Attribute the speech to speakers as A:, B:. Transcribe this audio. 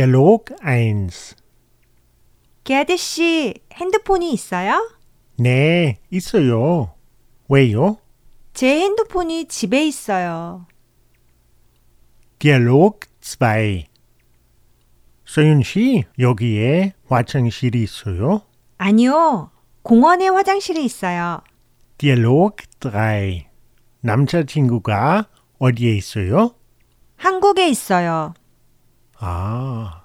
A: Dialog 1.
B: 게드 씨, 핸드폰이 있어요?
A: 네, 있어요. 왜요?
B: 제 핸드폰이 집에 있어요.
A: Dialog 2. 소윤 씨, 여기에 화장실이 있어요?
B: 아니요, 공원에 화장실이 있어요.
A: Dialog 3. 남자친구가 어디에 있어요?
B: 한국에 있어요.
A: 아,